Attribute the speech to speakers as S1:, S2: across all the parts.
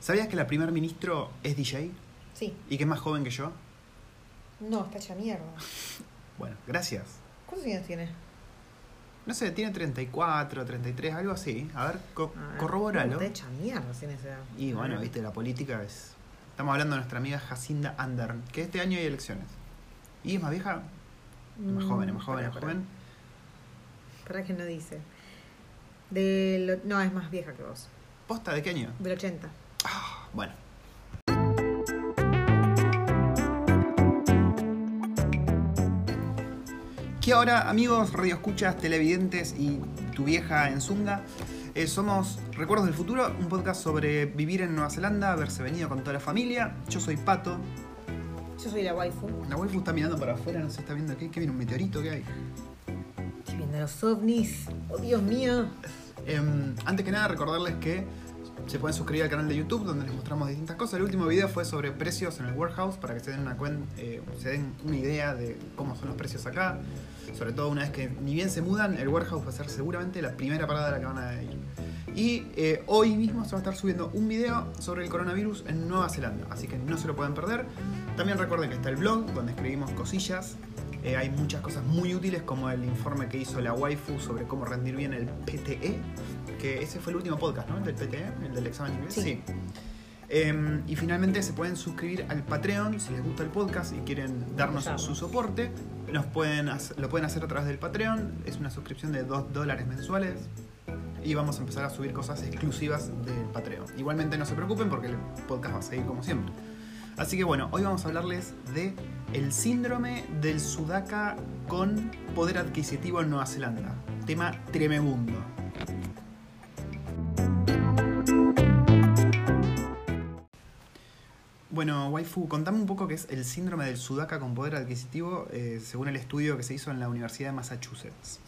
S1: ¿Sabías que la primer ministro es DJ
S2: Sí.
S1: y que es más joven que yo?
S2: No, está hecha mierda.
S1: Bueno, gracias.
S2: ¿Cuántos años tiene?
S1: No sé, tiene 34, 33, algo así. A ver, co-
S2: Ah,
S1: corrobóralo.
S2: Está hecha mierda sin esa edad.
S1: Y bueno, viste, la política es. Estamos hablando de nuestra amiga Jacinda Andern, que este año hay elecciones. ¿Y es más vieja? Es más
S2: Mm,
S1: joven, es más joven,
S2: pará,
S1: es
S2: pará.
S1: joven.
S2: Para que no dice. Del, no, es más vieja que vos.
S1: ¿Posta de qué año?
S2: Del 80.
S1: Bueno. Que ahora, amigos, radioescuchas, televidentes y tu vieja en Zunga, eh, somos Recuerdos del Futuro, un podcast sobre vivir en Nueva Zelanda, haberse venido con toda la familia. Yo soy Pato.
S2: Yo soy la waifu.
S1: La waifu está mirando para afuera, no se está viendo qué, qué viene, un meteorito, qué hay.
S2: Estoy viendo los ovnis. Oh, Dios mío.
S1: Em, antes que nada, recordarles que se pueden suscribir al canal de YouTube donde les mostramos distintas cosas. El último video fue sobre precios en el warehouse para que se den una, cuen- eh, se den una idea de cómo son los precios acá. Sobre todo una vez que ni bien se mudan, el warehouse va a ser seguramente la primera parada a la que van a ir. Y eh, hoy mismo se va a estar subiendo un video sobre el coronavirus en Nueva Zelanda, así que no se lo pueden perder. También recuerden que está el blog donde escribimos cosillas. Eh, hay muchas cosas muy útiles como el informe que hizo la waifu sobre cómo rendir bien el PTE, que ese fue el último podcast, ¿no? El del PTE, el del examen de inglés.
S2: Sí.
S1: Em, y finalmente se pueden suscribir al Patreon si les gusta el podcast y quieren darnos
S2: Apoyarnos.
S1: su soporte. Nos pueden hac- lo pueden hacer a través del Patreon. Es una suscripción de 2 dólares mensuales. Y vamos a empezar a subir cosas exclusivas del Patreon. Igualmente no se preocupen porque el podcast va a seguir como siempre. Así que bueno, hoy vamos a hablarles de el síndrome del sudaca con poder adquisitivo en Nueva Zelanda. Tema tremebundo. Bueno, Waifu, contame un poco qué es el síndrome del sudaca con poder adquisitivo eh, según el estudio que se hizo en la Universidad de Massachusetts.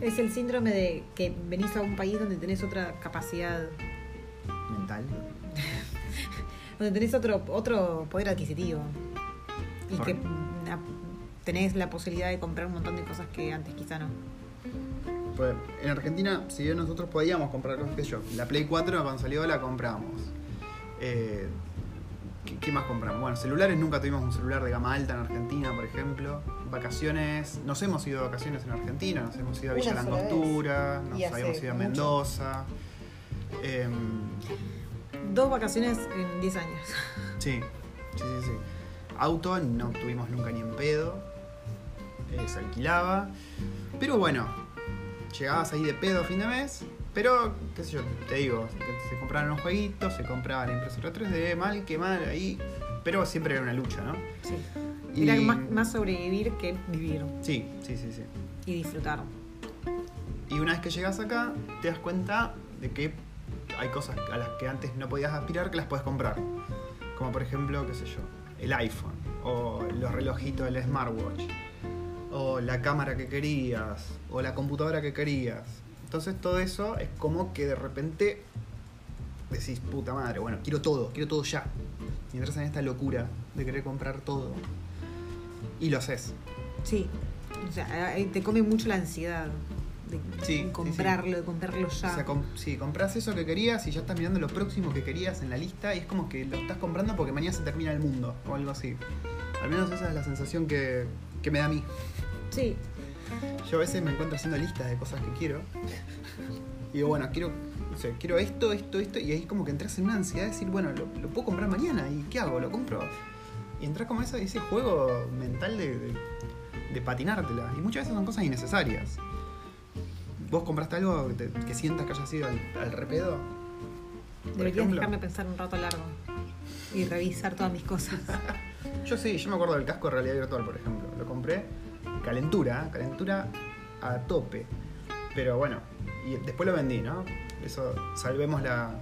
S2: Es el síndrome de que venís a un país donde tenés otra capacidad,
S1: Mental.
S2: donde tenés otro, otro poder adquisitivo. Y
S1: Por-
S2: que mm, a- tenés la posibilidad de comprar un montón de cosas que antes quizá no.
S1: Pues, en Argentina, si bien nosotros podíamos comprar cosas que yo, la Play 4 cuando salió la compramos. Eh, ¿qué, qué más compramos? Bueno, celulares, nunca tuvimos un celular de gama alta en Argentina, por ejemplo. Vacaciones, nos hemos ido de vacaciones en Argentina, nos hemos ido a
S2: Una
S1: Villa
S2: sola
S1: Langostura,
S2: vez.
S1: nos
S2: Y hace
S1: habíamos ido a
S2: mucho.
S1: Mendoza. Em,
S2: Dos vacaciones en 10 años.
S1: Sí, sí, sí, sí. Auto no tuvimos nunca ni en pedo. Eh, se alquilaba. Pero bueno, llegabas ahí de pedo a fin de mes. Pero, qué sé yo, te digo, se- se compraban unos jueguitos, se compraba la impresora 3D, mal que mal, ahí. Pero siempre era una lucha, ¿no?
S2: Sí.
S1: Y-
S2: Era más, más sobrevivir que vivir
S1: Sí, sí, sí, sí.
S2: y disfrutar.
S1: Y una vez que llegas acá, te das cuenta de que hay cosas a las que antes no podías aspirar que las puedes comprar. Como por ejemplo, qué sé yo, el iPhone, o los relojitos del smartwatch, o la cámara que querías, o la computadora que querías. Entonces todo eso es como que de repente decís, puta madre, bueno, quiero todo, quiero todo ya. Y entras en esta locura de querer comprar todo. Y lo haces.
S2: Sí. O sea, eh, te come mucho la ansiedad de
S1: Sí, sí,
S2: comprarlo, de comprarlo ya.
S1: O sea, com- sí, compras eso que querías y ya estás mirando lo próximo que querías en la lista y es como que lo estás comprando porque mañana se termina el mundo o algo así. Al menos esa es la sensación que, que me da a mí.
S2: Sí.
S1: Yo a veces me encuentro haciendo listas de cosas que quiero y digo, bueno, quiero, no sé, quiero esto, esto, esto y ahí como que entras en una ansiedad de decir, bueno, lo, lo puedo comprar mañana y ¿qué hago? ¿Lo compro? Y entras como ese, ese juego mental de, de, de patinártela y muchas veces son cosas innecesarias. ¿Vos compraste algo que, te- que sientas que haya sido al, al repedo?
S2: Deberías
S1: ejemplo.
S2: dejarme pensar un rato largo y revisar todas mis cosas.
S1: Yo sí, yo me acuerdo del casco de realidad virtual, por ejemplo. Lo compré, calentura, ¿eh? calentura a tope. Pero bueno, y después lo vendí, ¿no? Eso, salvemos la,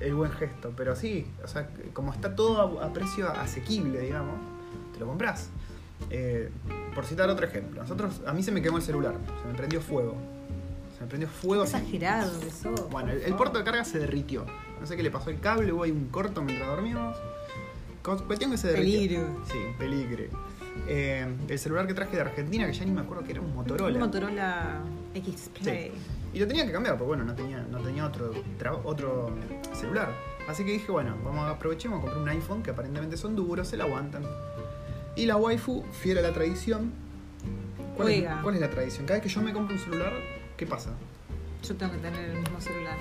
S1: el buen gesto. Pero sí, o sea, como está todo a, a precio asequible, digamos, te lo compras. Eh, por citar otro ejemplo, nosotros, a mí se me quemó el celular, se me prendió fuego. Se me prendió fuego. así.
S2: Exagerado que sos.
S1: Bueno, el, el puerto de carga se derritió. No sé qué le pasó al cable, hubo ahí un corto mientras dormíamos. Co- Cuestión que se derritió.
S2: Peligro.
S1: Sí, peligro. eh, el celular que traje de Argentina, que ya ni me acuerdo que era un Motorola.
S2: Un Motorola X Play.
S1: Y lo tenía que cambiar, porque bueno, no tenía, no tenía otro, tra- otro celular. Así que dije, bueno, vamos a aprovechemos, compré un iPhone, que aparentemente son duros, se la aguantan. Y la waifu, fiel a la tradición. ¿Cuál, es,
S2: Juega.
S1: cuál es la tradición? Cada vez que yo me compro un celular, ¿qué pasa?
S2: Yo tengo que tener el mismo celular.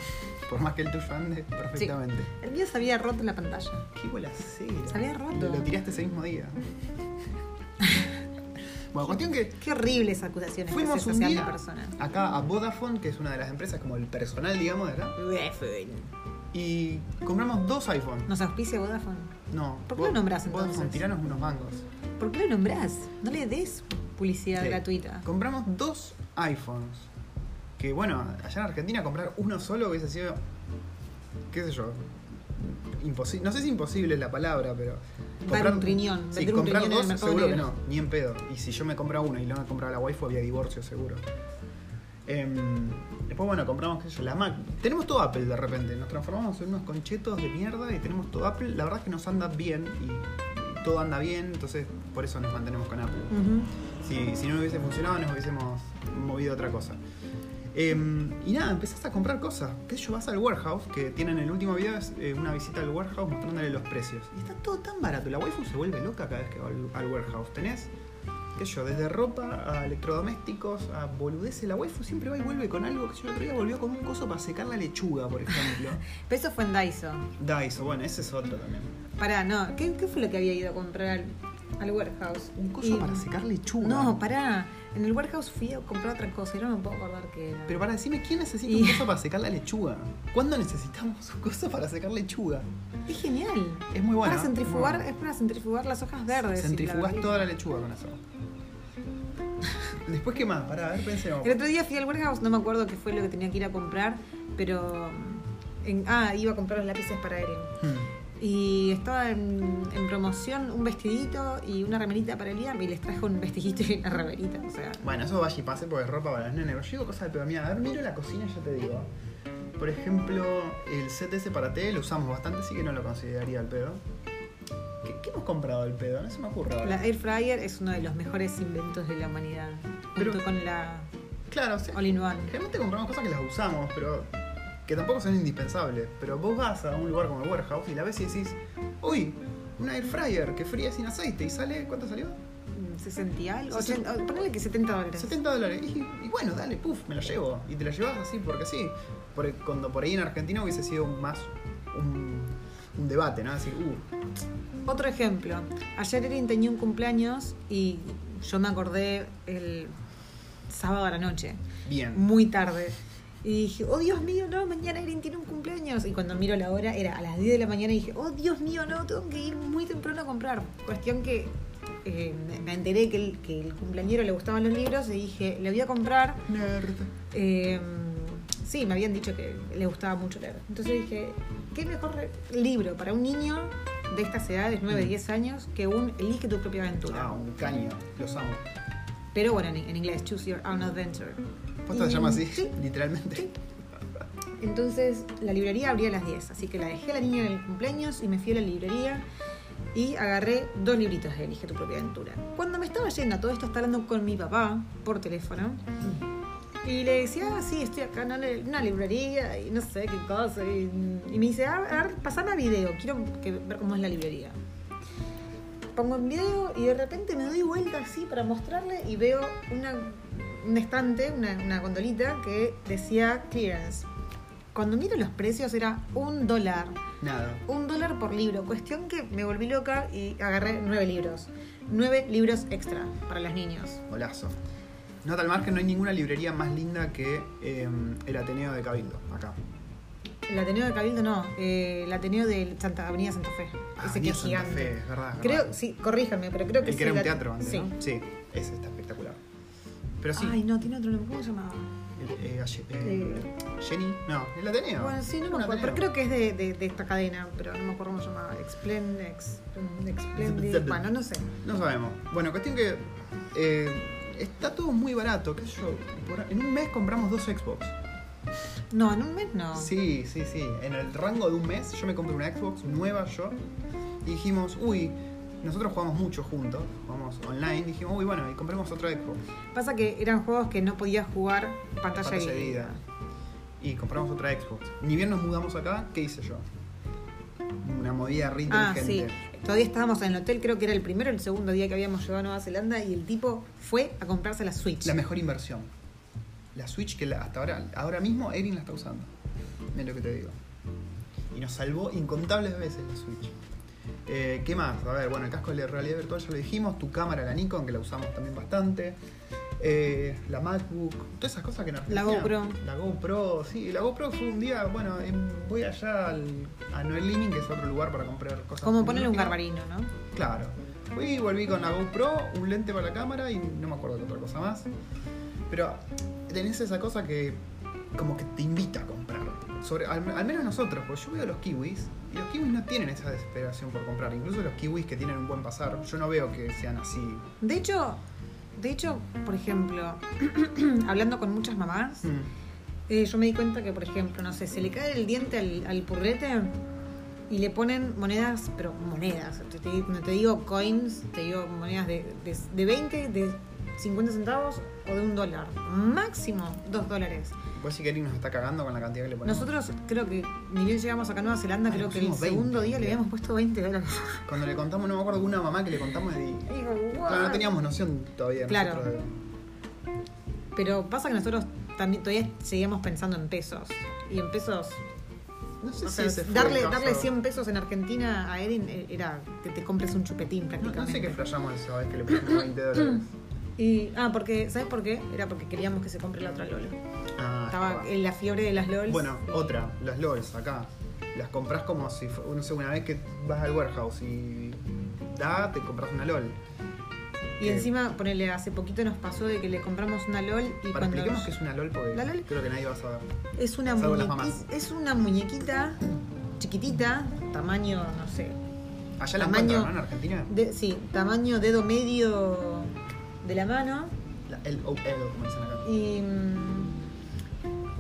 S1: Por más que el tuyo ande perfectamente.
S2: El mío se había roto en la pantalla.
S1: Qué bola cera.
S2: Se había roto.
S1: Lo, lo tiraste ese mismo día. bueno, cuestión que
S2: Qué horribles acusaciones que
S1: Fuimos
S2: haces
S1: un
S2: hacia
S1: día-
S2: una persona.
S1: acá a Vodafone, que es una de las empresas como el personal, digamos, de acá, y compramos dos iPhones.
S2: Nos auspicia Vodafone.
S1: No.
S2: ¿Por qué lo nombrás,
S1: Vodafone,
S2: entonces?
S1: tiranos unos mangos.
S2: ¿Por qué lo nombrás? No le des publicidad
S1: Sí.
S2: gratuita.
S1: Compramos dos iPhones. Que bueno, allá en Argentina comprar uno solo hubiese sido. qué sé yo. Imposible. No sé si imposible es la palabra, pero.
S2: Dar un riñón,
S1: Sí,
S2: vender un
S1: comprar
S2: riñón en
S1: dos
S2: el mercado
S1: seguro que
S2: negro.
S1: no, ni en pedo. Y si yo me compraba uno y no me compraba la waifu había divorcio seguro. Em, después, bueno, compramos qué sé yo, la Mac. Tenemos todo Apple de repente. Nos transformamos en unos conchetos de mierda y tenemos todo Apple. La verdad es que nos anda bien y todo anda bien, entonces por eso nos mantenemos con Apple.
S2: Ujú.
S1: Si, si no hubiese funcionado, nos hubiésemos movido a otra cosa. Em, y nada, empezás a comprar cosas. ¿Qué sé yo? Vas al warehouse, que tienen el último video, es eh, una visita al warehouse mostrándole los precios. Y está todo tan barato. La waifu se vuelve loca cada vez que va al, al warehouse. Tenés, qué sé yo, desde ropa a electrodomésticos, a boludeces. La waifu siempre va y vuelve con algo. Que yo el otro día volvió con un coso para secar la lechuga, por ejemplo.
S2: Pero eso fue en Daiso.
S1: Daiso, bueno, ese es otro también.
S2: Pará, no. ¿Qué, qué fue lo que había ido a comprar al, al warehouse?
S1: Un coso
S2: Y-
S1: para secar lechuga.
S2: No, pará. En el warehouse fui a comprar otra cosa. Yo no me puedo acordar qué era.
S1: Pero para decirme, ¿quién necesita
S2: Y-
S1: un coso para secar la lechuga? ¿Cuándo necesitamos un coso para secar lechuga?
S2: Es genial.
S1: Es muy bueno.
S2: para centrifugar,
S1: muy
S2: es para centrifugar las hojas verdes.
S1: bueno.
S2: y la
S1: Centrifugás
S2: verdura.
S1: toda la lechuga con eso. Después, ¿qué más? Para ver, pensemos.
S2: El otro día fui al warehouse, no me acuerdo qué fue lo que tenía que ir a comprar, pero. en- ah, iba a comprar los lápices para Eren.
S1: Hmm.
S2: Y estaba en, en promoción un vestidito y una remerita para Liam y les trajo un vestidito y una remerita. O sea,
S1: Bueno, eso vaya y pase porque es ropa para los nenes. Pero yo digo cosas de pero mira, A ver, miro la cocina y ya te digo. Por ejemplo, el set ese para té lo usamos bastante, así que no lo consideraría al pedo. ¿Qué, qué hemos comprado al pedo? No se me ocurre ahora.
S2: la air fryer es uno de los mejores inventos de la humanidad.
S1: Pero-
S2: junto con la
S1: Claro, o sea,
S2: All in One.
S1: Generalmente compramos cosas que las usamos, pero que tampoco son indispensables. Pero vos vas a un lugar como el warehouse y la ves y decís, uy, una air fryer que fría sin aceite y sale, ¿cuánto salió?
S2: ¿Se sentía algo?
S1: Sesen-
S2: Ochen- o- ponele que 70 dólares.
S1: 70 dólares. Y, y bueno, dale, puff, me la llevo. Y te la llevas así porque sí. Porque cuando por ahí en Argentina hubiese sido más un, un debate, ¿no? Así, uh,
S2: Otro ejemplo. Ayer Erin tenía un cumpleaños y yo me acordé el sábado a la noche.
S1: bien.
S2: muy tarde. Y dije, oh Dios mío, no, mañana Erin tiene un cumpleaños. Y cuando miro la hora, era a las 10 de la mañana y dije, oh Dios mío, no, tengo que ir muy temprano a comprar. Cuestión que eh, me- me enteré que el, que el cumpleañero le gustaban los libros y dije, le voy a comprar.
S1: Nerd.
S2: eh, sí, me habían dicho que le gustaba mucho leer. Entonces dije, ¿qué mejor re- libro para un niño de estas edades, 9,
S1: Mm.
S2: 10 años, que un Elige tu propia aventura?
S1: Ah, un caño. Los amo.
S2: Pero bueno, en, en inglés, Choose Your Own Adventure.
S1: ¿Posta se llama así?
S2: Sí.
S1: Literalmente.
S2: Entonces la librería abría a las 10, así que la dejé a la niña en el cumpleaños y me fui a la librería y agarré dos libritos de Elige tu propia aventura. Cuando me estaba yendo a todo esto, estaba hablando con mi papá por teléfono y le decía, ah, sí, estoy acá en una- en una librería y no sé qué cosa. Y, y me dice, a ver, a ver, pasame a video, quiero que- ver cómo es la librería. Pongo en video y de repente me doy vuelta así para mostrarle y veo una, un estante, una, una gondolita que decía clearance. Cuando miro los precios era un dólar,
S1: Nada.
S2: un dólar por libro. Cuestión que me volví loca y agarré nueve libros. Nueve libros extra para los niños.
S1: Golazo. Nota al margen, no hay ninguna librería más linda que eh, el Ateneo de Cabildo, acá.
S2: El Ateneo de Cabildo no, eh, el Ateneo de Santa, Avenida Santa Fe. Ese que
S1: Ah, Avenida
S2: es
S1: Santa
S2: gigante.
S1: Fe, es verdad. es
S2: Creo,
S1: verdad.
S2: sí, corríjame, pero creo que
S1: El
S2: sí,
S1: que era un
S2: la-
S1: teatro antes,
S2: sí.
S1: ¿no? Sí, ese está espectacular. Pero sí,
S2: Ay, no, tiene otro nombre. ¿Cómo se llamaba?
S1: el- eh, aye- eh,
S2: Eh,
S1: Jenny, no, el Ateneo.
S2: bueno, sí, no
S1: Un
S2: me acuerdo. Pero
S1: Ateneo.
S2: creo que es de, de- de esta cadena, pero no me acuerdo cómo se llamaba. Explen, ex, Explendid.
S1: Zip, zip.
S2: Bueno, no sé.
S1: No sabemos. Bueno, cuestión que eh, está todo muy barato, qué sé yo. Por- en un mes compramos dos Xbox.
S2: No, en un mes no.
S1: Sí, sí, sí. En el rango de un mes yo me compré una Xbox nueva yo. Y dijimos, uy, nosotros jugamos mucho juntos, jugamos online, y dijimos, uy, bueno, y compremos otro Xbox.
S2: Pasa que eran juegos que no podías jugar pantalla,
S1: Pantalla dividida. Y compramos otra Xbox. Ni bien nos mudamos acá, ¿qué hice yo? Una movida re
S2: Ah, sí.
S1: inteligente.
S2: Todavía estábamos en el hotel, creo que era el primero o el segundo día que habíamos llegado a Nueva Zelanda y el tipo fue a comprarse la Switch.
S1: La mejor inversión. La Switch que la- hasta ahora, ahora mismo Erin la está usando. Mira lo que te digo. Y nos salvó incontables veces la Switch. Eh, ¿Qué más? A ver, bueno, el casco de realidad virtual ya lo dijimos, tu cámara, la Nikon, que la usamos también bastante. Eh, la MacBook, todas esas cosas que nos
S2: La GoPro.
S1: La GoPro, sí, la GoPro fue un día, bueno, em, voy allá al, a Noel Living, que es otro lugar para comprar cosas.
S2: Como ponerle un
S1: tecnológicas.
S2: garbarino, ¿no?
S1: Claro. Fui y volví con la GoPro, un lente para la cámara y no me acuerdo de otra cosa más. Pero tenés esa cosa que como que te invita a comprar. Sobre, al, al menos nosotros, porque yo veo los kiwis y los kiwis no tienen esa desesperación por comprar. Incluso los kiwis que tienen un buen pasar, yo no veo que sean así.
S2: De hecho, de hecho, por ejemplo, hablando con muchas mamás,
S1: Mm.
S2: eh, yo me di cuenta que, por ejemplo, no sé, se le cae el diente al, al purrete y le ponen monedas, pero monedas, te, te- no te digo coins, te digo monedas de, de, de 20, de 50 centavos o de un dólar, máximo 2 dólares.
S1: Vos sí que Eric Pues nos está cagando con la cantidad que le ponemos.
S2: Nosotros creo que ni bien llegamos acá a Nueva Zelanda,
S1: Ay,
S2: creo
S1: le
S2: que el
S1: Ah, pusimos 20,
S2: segundo día le
S1: bien.
S2: habíamos puesto 20 dólares.
S1: Cuando le contamos, no me acuerdo, una mamá que le contamos y...
S2: Digo,
S1: Claro, no
S2: "What?".
S1: teníamos noción todavía
S2: Claro.
S1: nosotros de-
S2: Pero pasa que nosotros también todavía seguíamos pensando en pesos. Y en pesos.
S1: No sé
S2: o
S1: si
S2: sea,
S1: ese fue
S2: darle,
S1: el caso.
S2: darle 100 pesos en Argentina a Erin eh, era que te compres un chupetín
S1: No, no sé
S2: prácticamente.
S1: qué flayamos esa vez que le pusimos 20 dólares.
S2: y, ah, porque, ¿sabes por qué? Era porque queríamos que se compre la otra Lola.
S1: Ah,
S2: Estaba en la fiebre de las LOLs.
S1: Bueno, otra, las LOLs acá. Las compras como si, fue- no sé, una vez que vas al warehouse y da, te compras una LOL.
S2: y
S1: eh.
S2: encima, ponele, hace poquito nos pasó de que le compramos una LOL y
S1: Para
S2: cuando.
S1: expliquemos qué es una LOL, porque
S2: ¿La LOL?
S1: creo que nadie va a saber.
S2: Es una,
S1: Salvo las
S2: muñequi-
S1: mamás.
S2: es una muñequita chiquitita, tamaño, no sé.
S1: Allá la
S2: Tamaño-
S1: encuentran, ¿no? En Argentina.
S2: de- sí, tamaño dedo medio de la mano
S1: La LOL, como dicen acá.
S2: y mm,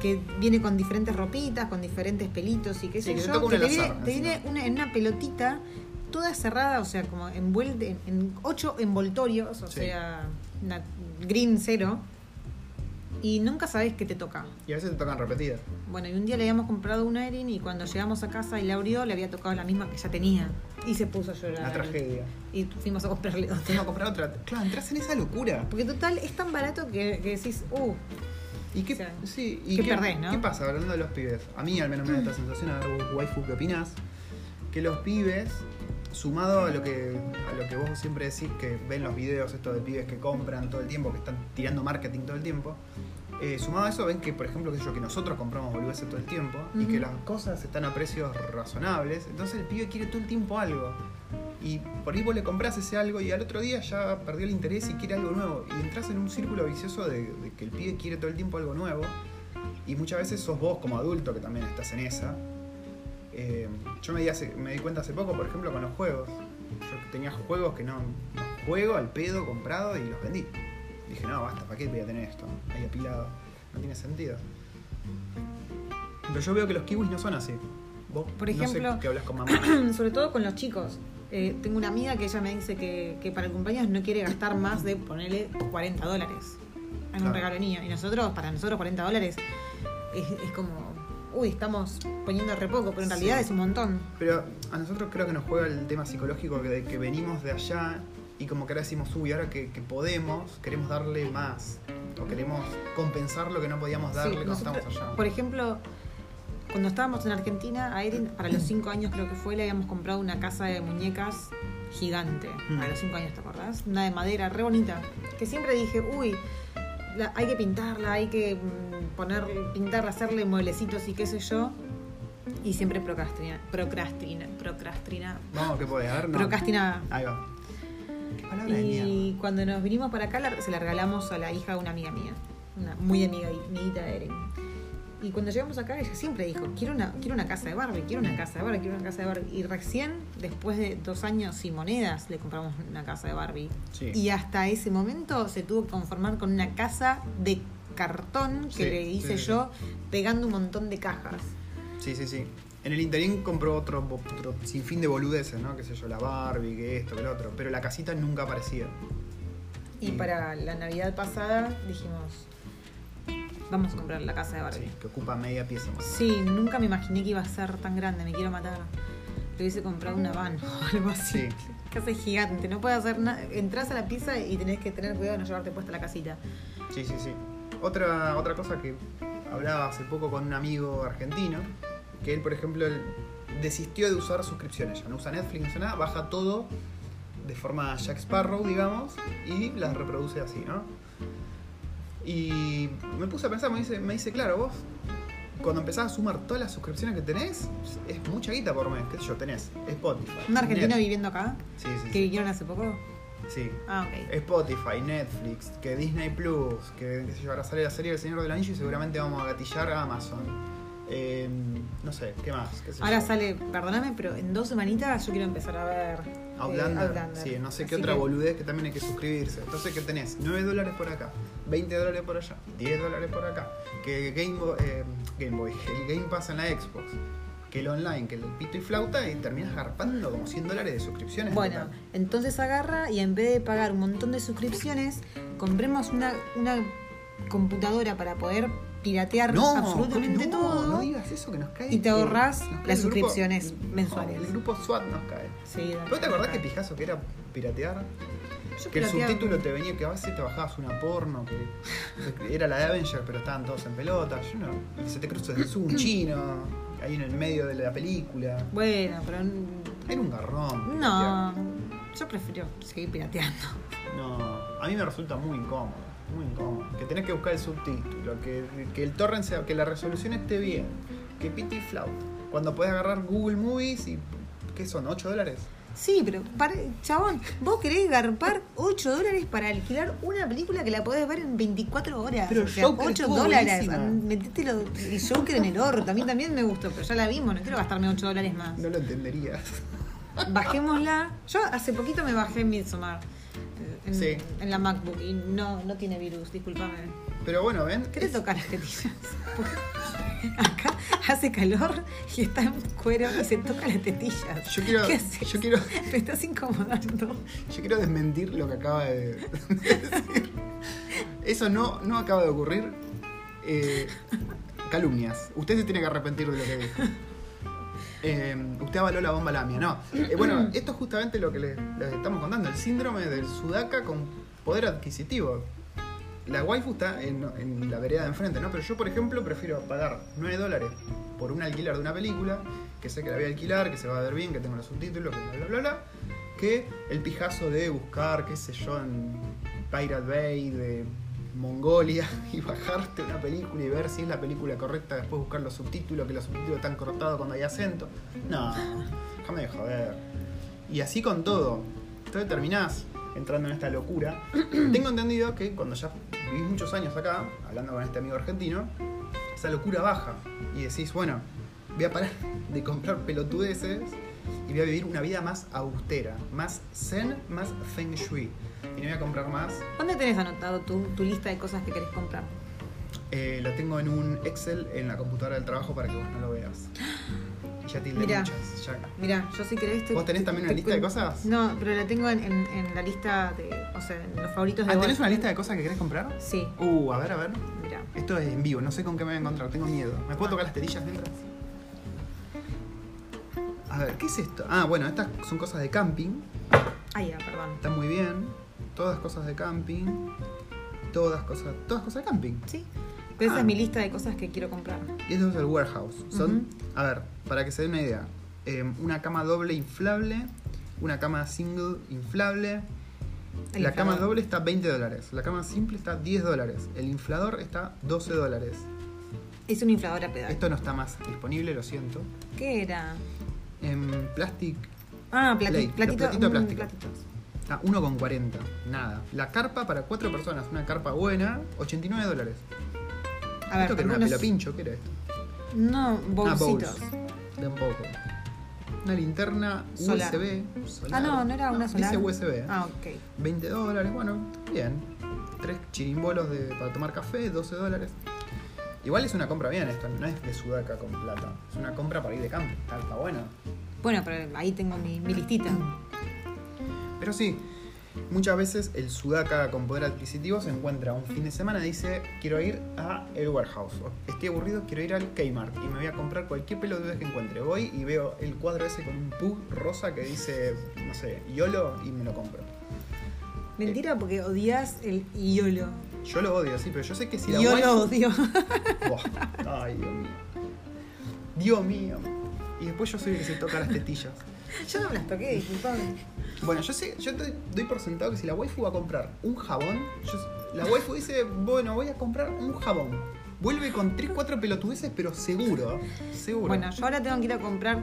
S2: que viene con diferentes ropitas, con diferentes pelitos y qué
S1: Sí,
S2: sé
S1: que te
S2: yo.
S1: toca una
S2: que te
S1: al
S2: viene,
S1: azar,
S2: te viene una, en una pelotita toda cerrada, o sea, como envuelta en, en ocho envoltorios, o
S1: Sí.
S2: sea, una green cero. Y nunca sabes qué te toca.
S1: Y a veces te tocan repetidas.
S2: Bueno, y un día le habíamos comprado una Erin y cuando llegamos a casa y la abrió, le había tocado la misma que ya tenía. Y se puso a llorar.
S1: La tragedia.
S2: Y fuimos a comprarle otra.
S1: Fuimos a comprar otra. Claro, entras en esa locura.
S2: Porque total, es tan barato que, que decís, uh,
S1: ¿Y qué,
S2: O sea,
S1: sí, y
S2: ¿qué perdés, no?
S1: ¿Qué pasa hablando de los pibes? A mí al menos me da esta sensación, a ver vos, waifu, ¿qué opinás? Que los pibes, sumado a lo que a lo que vos siempre decís, que ven los videos estos de pibes que compran todo el tiempo, que están tirando marketing todo el tiempo, eh, sumado a eso ven que, por ejemplo, que, yo, que nosotros compramos boludeces todo el tiempo y que
S2: Ujú.
S1: las cosas están a precios razonables, entonces el pibe quiere todo el tiempo algo. Y por ahí vos le compras ese algo y al otro día ya perdió el interés y quiere algo nuevo. Y entras en un círculo vicioso de, de que el pibe quiere todo el tiempo algo nuevo. Y muchas veces sos vos como adulto que también estás en esa. Eh, yo me di, hace- me di cuenta hace poco, por ejemplo, con los juegos. Yo tenía juegos que no los juego al pedo comprado y los vendí. Dije, no, basta, ¿para qué voy a tener esto? Ahí apilado. No tiene sentido. Pero yo veo que los kiwis no son así. Vos,
S2: Por
S1: no
S2: ejemplo-
S1: sé que hablas con mamá.
S2: sobre todo con los chicos. Eh, tengo una amiga que ella me dice que, que para el cumpleaños no quiere gastar más de ponerle 40 dólares en
S1: Claro.
S2: un regalo de niño. Y nosotros, para nosotros 40 dólares es, es como, uy, estamos poniendo re poco, pero en
S1: Sí.
S2: realidad es un montón.
S1: Pero a nosotros creo que nos juega el tema psicológico de que venimos de allá y como que ahora decimos, uy, ahora que, que podemos, queremos darle más. O queremos compensar lo que no podíamos
S2: Sí,
S1: darle cuando
S2: nosotros,
S1: estamos allá.
S2: Por ejemplo, cuando estábamos en Argentina, a Erin, para los 5 años creo que fue, le habíamos comprado una casa de muñecas gigante.
S1: Mm.
S2: Para los 5 años, ¿te acordás? Una de madera, re bonita. Que siempre dije, uy, la- hay que pintarla, hay que mm, poner, pintarla, hacerle mueblecitos y qué sé yo. Y siempre procrastina, procrastina, procrastina,
S1: Vamos, que podés, a ver, no.
S2: procrastinaba.
S1: Ahí va. Qué palabra de mierda.
S2: Y cuando nos vinimos para acá, la- se la regalamos a la hija de una amiga mía, una muy amiga, amiguita de Eren. Y cuando llegamos acá, ella siempre dijo, quiero una, quiero una casa de Barbie, quiero una casa de Barbie, quiero una casa de Barbie. Y recién, después de dos años sin monedas, le compramos una casa de Barbie.
S1: Sí.
S2: Y hasta ese momento se tuvo que conformar con una casa de cartón que
S1: Sí,
S2: le hice
S1: sí, sí.
S2: yo pegando un montón de cajas.
S1: Sí, sí, sí. En el interín compró otro, otro sinfín de boludeces, ¿no? Qué sé yo, la Barbie, que esto, que lo otro. Pero la casita nunca aparecía.
S2: Y
S1: Mm.
S2: para la Navidad pasada dijimos, vamos a comprar la casa de Barbie.
S1: Sí, que ocupa media pieza más.
S2: Sí, nunca me imaginé que iba a ser tan grande, me quiero matar. Le hubiese comprado una van o algo así.
S1: Ah, Sí.
S2: Casa es gigante, no puedes hacer nada. Entrás a la pizza y tenés que tener cuidado de no llevarte puesta la casita.
S1: Sí, sí, sí. Otra, otra cosa que hablaba hace poco con un amigo argentino, que él, por ejemplo, él desistió de usar suscripciones. Ya no usa Netflix, no usa nada, baja todo de forma Jack Sparrow, digamos, y las reproduce así, ¿no? Y me puse a pensar, me dice, me dice claro, vos, cuando empezás a sumar todas las suscripciones que tenés, es mucha guita por mes, qué sé yo, tenés Spotify.
S2: Un argentino
S1: Net-
S2: viviendo acá,
S1: Sí, sí,
S2: que
S1: sí.
S2: vinieron hace poco.
S1: sí.
S2: Ah, ok.
S1: Spotify, Netflix, que Disney Plus, que, qué sé yo, ahora sale la serie del Señor del Anillo y seguramente vamos a gatillar a Amazon. Eh, no sé, ¿qué más? ¿Qué sé
S2: Ahora
S1: yo?
S2: sale, perdóname, pero en dos semanitas yo quiero empezar a ver eh,
S1: Outlander.
S2: Outlander.
S1: Sí, no sé qué
S2: Así
S1: otra
S2: que-
S1: boludez que también hay que suscribirse. Entonces, ¿qué tenés? 9 dólares por acá, 20 dólares por allá, 10 dólares por acá. Que Game Boy, eh, Game Boy, el Game Pass en la Xbox, que el online, que el pito y flauta y terminas garpando como 100 dólares de suscripciones.
S2: Bueno,
S1: total.
S2: entonces agarra y en vez de pagar un montón de suscripciones, compremos una, una computadora para poder piratear
S1: No,
S2: absolutamente
S1: no,
S2: todo.
S1: No digas eso que nos cae.
S2: Y te
S1: el-
S2: ahorrás
S1: nos cae
S2: las
S1: el grupo-
S2: suscripciones mensuales.
S1: El grupo SWAT nos cae.
S2: Sí, dale.
S1: ¿Vos te acordás que pijazo que era piratear?
S2: Yo
S1: Que el
S2: pirateaba.
S1: subtítulo te venía que a veces te bajabas una porno, que era la de Avenger, pero estaban todos en pelota, yo no. Y se te cruza el un chino, ahí en el medio de la película.
S2: Bueno, pero n-
S1: Era un garrón.
S2: no. Yo prefiero seguir pirateando.
S1: piratear. No. A mí me resulta muy incómodo, muy incómodo. Que tenés que buscar el subtítulo, que, que el torrent sea, que la resolución esté bien, que piti y flauta. Cuando podés agarrar Google Movies y. ¿Qué son? ¿8 dólares?
S2: Sí, pero para, chabón, vos querés garpar 8 dólares para alquilar una película que la podés ver en 24 horas.
S1: Pero
S2: o sea,
S1: Joker
S2: 8
S1: estuvo
S2: dólares.
S1: buenísima.
S2: an- Metételo el Joker en el orto. A mí también me gustó, pero ya la vimos, no quiero gastarme 8 dólares más.
S1: No lo entenderías.
S2: Bajémosla. Yo hace poquito me bajé en Midsommar. eh, En,
S1: Sí.
S2: en la MacBook y no, no tiene virus, discúlpame.
S1: Pero bueno, ven.
S2: ¿Qué te
S1: es-
S2: toca las tetillas? Porque Acá hace calor y está en cuero y se toca las tetillas.
S1: Yo quiero-
S2: ¿Qué haces?
S1: yo quiero-
S2: Me estás incomodando.
S1: Yo quiero desmentir lo que acaba de de decir. Eso no, no acaba de ocurrir. Eh, calumnias. Usted se tiene que arrepentir de lo que dijo. Eh, usted avaló la bomba lamia, no. Eh, bueno, esto es justamente lo que les, les estamos contando, el síndrome del sudaca con poder adquisitivo. La waifu está en, en la vereda de enfrente, ¿no? Pero yo, por ejemplo, prefiero pagar 9 dólares por un alquiler de una película, que sé que la voy a alquilar, que se va a ver bien, que tengo los subtítulos, que bla, bla, bla, bla, que el pijazo de buscar, qué sé yo, en Pirate Bay, de Mongolia, y bajarte una película y ver si es la película correcta, después buscar los subtítulos, que los subtítulos están cortados cuando hay acento. No, déjame de joder. Y así con todo. Entonces terminás entrando en esta locura. Tengo entendido que cuando ya vivís muchos años acá, hablando con este amigo argentino, esa locura baja y decís, bueno, voy a parar de comprar pelotudeces y voy a vivir una vida más austera, más zen, más feng shui. Y no voy a comprar más.
S2: ¿Dónde tenés anotado tu, tu lista de cosas que querés comprar?
S1: Eh, la tengo en un Excel en la computadora del trabajo para que vos no lo veas. Y ya tildé
S2: Mirá.
S1: muchas. ya-
S2: Mirá, yo si querés te-
S1: ¿Vos tenés
S2: te-
S1: también una
S2: te
S1: lista de
S2: cuen-
S1: cosas?
S2: No, pero la tengo en, en- en la lista de. O sea, en los favoritos de
S1: Ah, ¿Tenés
S2: Gol.
S1: una lista de cosas que querés comprar?
S2: Sí,
S1: Uh, a ver, a ver.
S2: mirá.
S1: Esto es en vivo, no sé con qué me voy a encontrar, tengo miedo. ¿Me
S2: Ah.
S1: puedo tocar las tetillas mientras? A ver, ¿qué es esto? Ah, bueno, estas son cosas de camping.
S2: Ah, ya, perdón.
S1: Están muy bien. Todas cosas de camping. Todas cosas. Todas cosas de camping.
S2: Sí. Pero esa
S1: Ah.
S2: es mi lista de cosas que quiero comprar.
S1: Y esto es el warehouse. Son. A ver, para que se den una idea. eh, una cama doble inflable. Una cama single inflable.
S2: El
S1: la cama
S2: inflador.
S1: doble está 20 dólares. La cama simple está 10 dólares. El inflador está 12 dólares.
S2: Es un inflador a pedal.
S1: Esto no está más disponible, lo siento.
S2: ¿Qué era?
S1: En plastic
S2: Ah, plati-
S1: Play, los
S2: platito,
S1: platitos de
S2: mm,
S1: plástico.
S2: platitos.
S1: está 1,40. Nada. La carpa para cuatro personas, una carpa buena, 89 dólares.
S2: A ver,
S1: esto que era una
S2: algunos-
S1: pelopincho, ¿qué era esto?
S2: No,
S1: Ah, bowls.
S2: bolsitos.
S1: Tampoco. Una linterna
S2: Solar.
S1: USB.
S2: Ah,
S1: solar.
S2: no, no era una solar.
S1: Dice USB. ¿eh?
S2: Ah, ok.
S1: 20 dólares, bueno, bien. Tres chirimbolos de- para tomar café, 12 dólares. Igual es una compra bien esto, no es de sudaca con plata. Es una compra para ir de campo. Está, está bueno.
S2: Bueno, pero ahí tengo mi, mi listita.
S1: Mm. Pero sí, muchas veces el sudaca con poder adquisitivo se encuentra un fin de semana y dice, quiero ir a el warehouse. o Estoy aburrido, quiero ir al Kmart y me voy a comprar cualquier pelotudo que encuentre. Voy y veo el cuadro ese con un pug rosa que dice, no sé, YOLO y me lo compro.
S2: Mentira, porque odias el IOLO.
S1: Yo lo odio, sí, pero yo sé que si la
S2: Yo
S1: waifu-
S2: lo odio.
S1: Buah, Ay, Dios mío. Dios mío. Y después yo soy el que se toca las tetillas.
S2: Yo no me las toqué, disculpame.
S1: Bueno, yo sé, yo te doy por sentado que si la waifu va a comprar un jabón, yo- la waifu dice, bueno, voy a comprar un jabón. Vuelve con 3, 4 pelotudeces, pero seguro, seguro.
S2: Bueno, yo ahora tengo que ir a comprar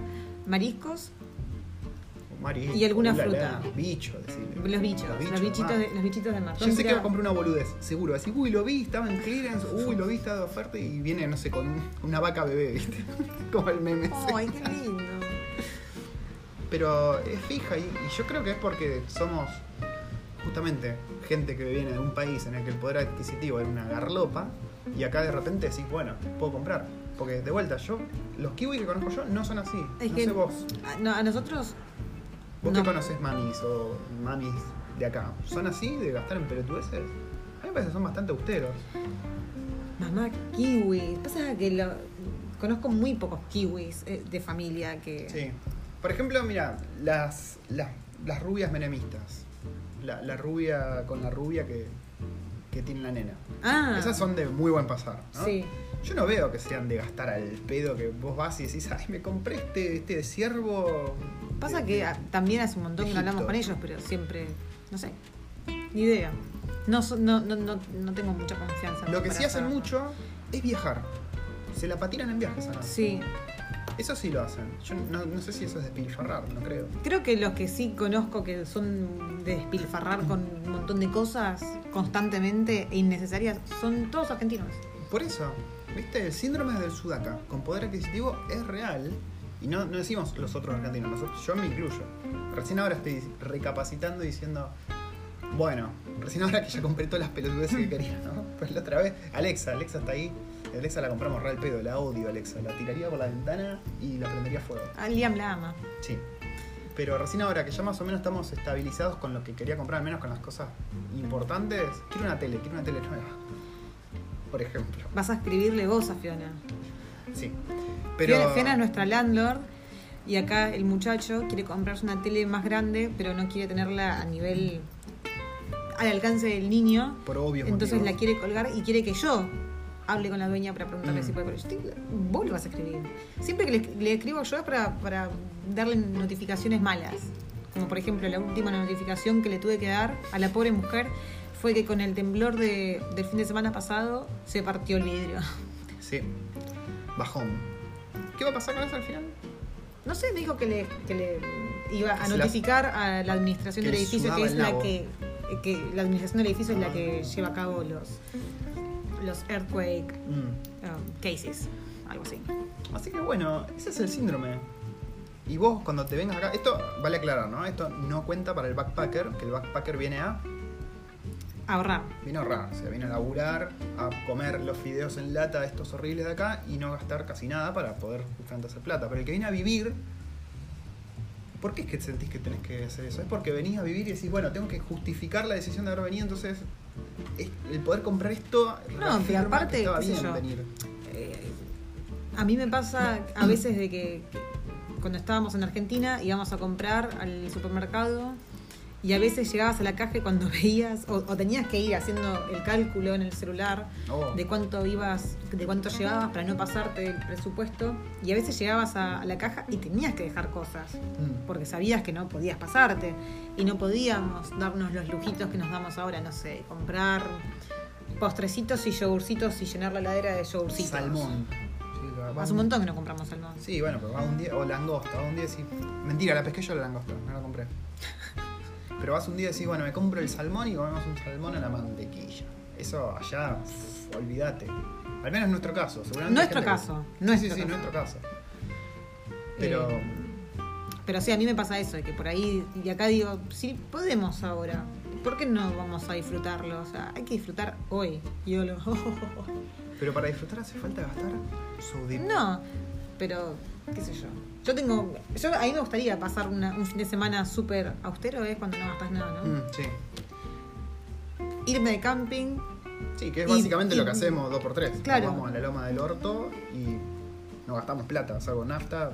S2: mariscos,
S1: Mari-
S2: y alguna
S1: ulala,
S2: fruta.
S1: Bicho, decime.
S2: los bichos, los, bichitos,
S1: ah.
S2: de, los bichitos del mar.
S1: Yo sé que va a
S2: Entonces,
S1: comprar una boludez, seguro. Así, uy, lo vi, estaba en clearance, uy, lo vi, estaba de oferta y viene, no sé, con un- una vaca bebé, ¿viste? Como el meme. ese.
S2: ¡Ay, qué lindo!
S1: Pero es fija y, y yo creo que es porque somos justamente gente que viene de un país en el que el poder adquisitivo era una garlopa y acá de repente decís, bueno, puedo comprar. Porque de vuelta, yo, los kiwis que conozco yo no son así.
S2: Es
S1: no
S2: que-
S1: sé vos.
S2: A, Ah, no, a nosotros,
S1: Vos
S2: no.
S1: que conoces mamis o mamis de acá, ¿son así de gastar en pelotudeces? A mí me parece que son bastante austeros.
S2: mamá, kiwi. Pasa que lo- conozco muy pocos kiwis eh, de familia que.
S1: Sí. Por ejemplo, mira, las, las, las rubias menemistas. La, la rubia con la rubia que, que tiene la nena.
S2: Ah,
S1: Esas son de muy buen pasar, ¿no?
S2: Sí.
S1: Yo no veo que sean de gastar al pedo que vos vas y decís, ay, me compré este, este de ciervo.
S2: Pasa
S1: de-
S2: que
S1: Eh, de-
S2: ah, también hace un montón que no hablamos
S1: Egipto.
S2: con ellos, pero siempre. No sé. Ni idea. No, so- no, no, no, no tengo mucha confianza.
S1: Lo que
S2: para
S1: sí hacen
S2: saberlo.
S1: mucho es viajar. Se la patinan en viajes a
S2: Sí.
S1: Eso sí lo hacen. Yo no, no sé si eso es despilfarrar, no creo.
S2: Creo que los que sí conozco que son de despilfarrar con un montón de cosas constantemente e innecesarias son todos argentinos.
S1: Por eso, ¿viste? El síndrome del sudaca con poder adquisitivo es real. Y no, no decimos los otros argentinos, nosotros, yo me incluyo. Recién ahora estoy recapacitando y diciendo, bueno, recién ahora que ya compré todas las pelotudeces que quería, ¿no? Pues la otra vez, Alexa, Alexa está ahí. Alexa la compramos real pedo, la odio Alexa, la tiraría por la ventana y la prendería fuego.
S2: A Liam la ama.
S1: Sí. Pero recién ahora que ya más o menos estamos estabilizados con lo que quería comprar, al menos con las cosas importantes, quiero una tele, quiero una tele nueva. Por ejemplo.
S2: Vas a escribirle vos a Fiona.
S1: Sí. Pero.
S2: Fiona, Fiona es nuestra landlord y acá el muchacho quiere comprarse una tele más grande, pero no quiere tenerla a nivel al alcance del niño.
S1: Por obvios
S2: Entonces la
S1: motivos.
S2: quiere colgar y quiere que yo hable con la dueña para preguntarle
S1: Mm.
S2: si puede. Pero yo te- vos lo vas a escribir. Siempre que le, le escribo yo es para, para darle notificaciones malas. Como por ejemplo, la última notificación que le tuve que dar a la pobre mujer fue que con el temblor de- del fin de semana pasado se partió el vidrio.
S1: Sí. Bajón. ¿Qué va a pasar con eso al final?
S2: No sé, me dijo que le, que le iba a
S1: Se la-
S2: notificar a la administración
S1: que
S2: del
S1: le
S2: edificio,
S1: sudaba
S2: que es
S1: el
S2: la
S1: nabo.
S2: que, que la administración del edificio es la que
S1: Ah.
S2: lleva a cabo los, los earthquake
S1: Mm.
S2: um, cases, algo así.
S1: Así que bueno, ese es el síndrome. Y vos cuando te vengas acá, esto vale aclarar, ¿no? Esto no cuenta para el backpacker, que el backpacker viene a,
S2: Ahorrar.
S1: viene a ahorrar, o sea, viene a laburar, a comer los fideos en lata, estos horribles de acá, y no gastar casi nada para poder justamente hacer plata. Pero el que viene a vivir, ¿por qué es que sentís que tenés que hacer eso? Es porque venís a vivir y decís, bueno, tengo que justificar la decisión de haber venido, entonces es- el poder comprar esto
S2: pero
S1: reafirma que
S2: aparte,
S1: estaba
S2: qué sé
S1: bien
S2: yo.
S1: venir.
S2: Eh, a mí me pasa a veces de que, que cuando estábamos en Argentina íbamos a comprar al supermercado y a veces llegabas a la caja y cuando veías o, o tenías que ir haciendo el cálculo en el celular
S1: Oh.
S2: de cuánto ibas, de cuánto llevabas para no pasarte el presupuesto y a veces llegabas a, a la caja y tenías que dejar cosas
S1: Mm.
S2: porque sabías que no podías pasarte y no podíamos darnos los lujitos que nos damos ahora, no sé, comprar postrecitos y yogurcitos y llenar la ladera de yogurcitos.
S1: Salmón.
S2: Hace un montón que no compramos salmón. Eh,
S1: Sí, bueno, pero va un día. O langosta, va un día y decís. Mentira, la pesqué yo la langosta, no la compré. Pero vas un día y decís, bueno, me compro el salmón y comemos un salmón a la mantequilla. Eso allá, pff, olvídate. Al menos en nuestro caso, seguramente. hay
S2: Nuestro
S1: gente que-
S2: caso, Eh.
S1: Sí,
S2: nuestro
S1: sí, sí,
S2: caso.
S1: nuestro caso. Pero.
S2: Eh, Pero sí, a mí me pasa eso, de que por ahí, y acá digo, sí, podemos ahora. ¿Por qué no vamos a disfrutarlo? O sea, hay que disfrutar hoy. YOLO.
S1: Pero para disfrutar hace falta gastar su dinero.
S2: No, pero qué sé yo. Yo tengo. Yo, a mí me gustaría pasar una- un fin de semana súper austero, es cuando no gastas nada, ¿no?
S1: Mm, sí.
S2: Irme de camping.
S1: Sí, que es
S2: Y-
S1: básicamente
S2: y-
S1: lo que hacemos, dos por tres. Nos
S2: Claro.
S1: Vamos a la loma del orto y no gastamos plata, salvo nafta,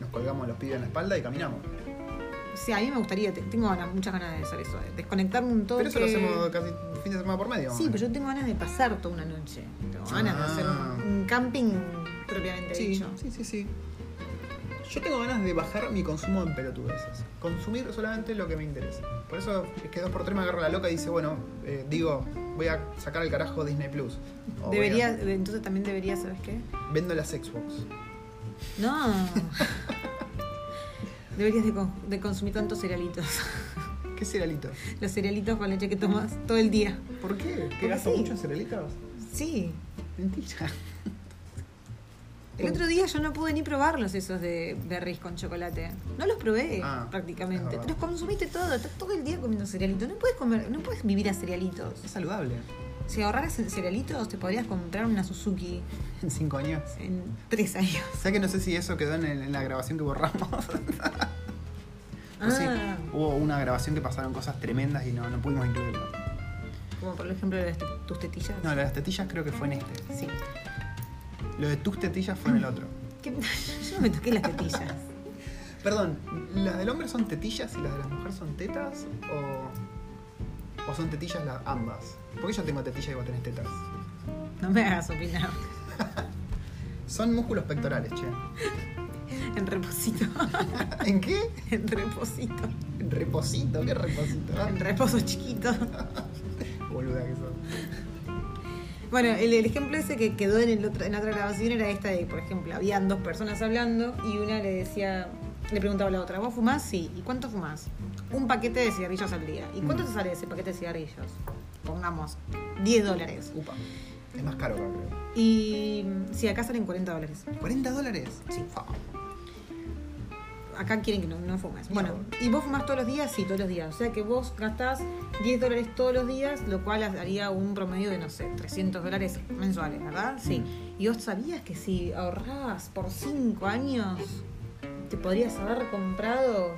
S1: nos colgamos los pibes en la espalda y caminamos.
S2: O sea, a mí me gustaría, te- tengo ganas- muchas ganas de hacer eso, de desconectarme un toque.
S1: Pero eso lo hacemos casi fin de semana por medio. más o
S2: Sí,
S1: menos.
S2: pero yo tengo ganas de pasar toda una noche. Tengo ganas de hacer
S1: Ah.
S2: un, un camping propiamente
S1: Sí,
S2: dicho.
S1: sí, sí, sí. Yo tengo ganas de bajar mi consumo en pelotudeces. Consumir solamente lo que me interesa. Por eso es que 2x3 me agarra la loca y dice, bueno, eh, digo, voy a sacar al carajo Disney Plus. O voy a-
S2: Debería, entonces también debería, ¿sabes qué?
S1: Vendo las Xbox.
S2: No. Deberías de, con- de consumir tantos cerealitos.
S1: ¿Qué cerealito?
S2: Los cerealitos con leche que tomas todo el día.
S1: ¿Por qué? ¿Que
S2: Porque
S1: gasto
S2: sí.
S1: mucho en cerealitos?
S2: Sí.
S1: Mentira.
S2: El otro día yo no pude ni probarlos esos de berries con chocolate. No los probé
S1: Ah, es
S2: prácticamente.
S1: verdad.
S2: Los consumiste todo, estás todo el día comiendo cerealitos. No puedes comer, no puedes vivir a cerealitos.
S1: Es saludable.
S2: Si ahorraras en cerealitos, te podrías comprar una Suzuki
S1: En 5 años.
S2: en tres años.
S1: ¿Sabes que no sé si eso quedó en, el- en la grabación que borramos? O sí,
S2: Ah,
S1: hubo una grabación que pasaron cosas tremendas y no, no pudimos incluirlo.
S2: como por ejemplo las te- tus tetillas.
S1: No, lo de las tetillas creo que fue en este.
S2: Sí.
S1: Lo de tus tetillas fue en el otro.
S2: ¿Qué? Yo no me toqué las tetillas.
S1: Perdón, ¿las del hombre son tetillas y las de las mujeres son tetas? ¿O, o son tetillas las ambas? Porque yo tengo tetillas y vos tenés tetas.
S2: No me hagas opinar.
S1: Son músculos pectorales, che.
S2: En reposito.
S1: ¿En qué?
S2: En reposito.
S1: En reposito, ¿qué reposito? Ah,
S2: En reposo chiquito.
S1: Boluda que son.
S2: Bueno, el, el ejemplo ese que quedó en, el otro- en la otra grabación era esta de, por ejemplo, habían dos personas hablando y una le decía, le preguntaba a la otra, ¿vos fumás? Sí. ¿Y cuánto fumás? Un paquete de cigarrillos al día. ¿Y cuánto
S1: Mm.
S2: te sale ese paquete de cigarrillos? Pongamos, 10 dólares.
S1: Upa. Es más caro, acá, creo.
S2: Y mm, si acá salen 40 dólares.
S1: ¿40 dólares? Ah,
S2: Sí.
S1: Fa.
S2: Acá quieren que no, no fumes. Bueno,
S1: No.
S2: ¿y vos fumás todos los días? Sí, todos los días. O sea que vos gastás 10 dólares todos los días, lo cual haría un promedio de, no sé, 300 dólares mensuales, ¿verdad? Sí.
S1: Mm.
S2: ¿Y vos sabías que si ahorrabas por 5 años, te podrías haber comprado,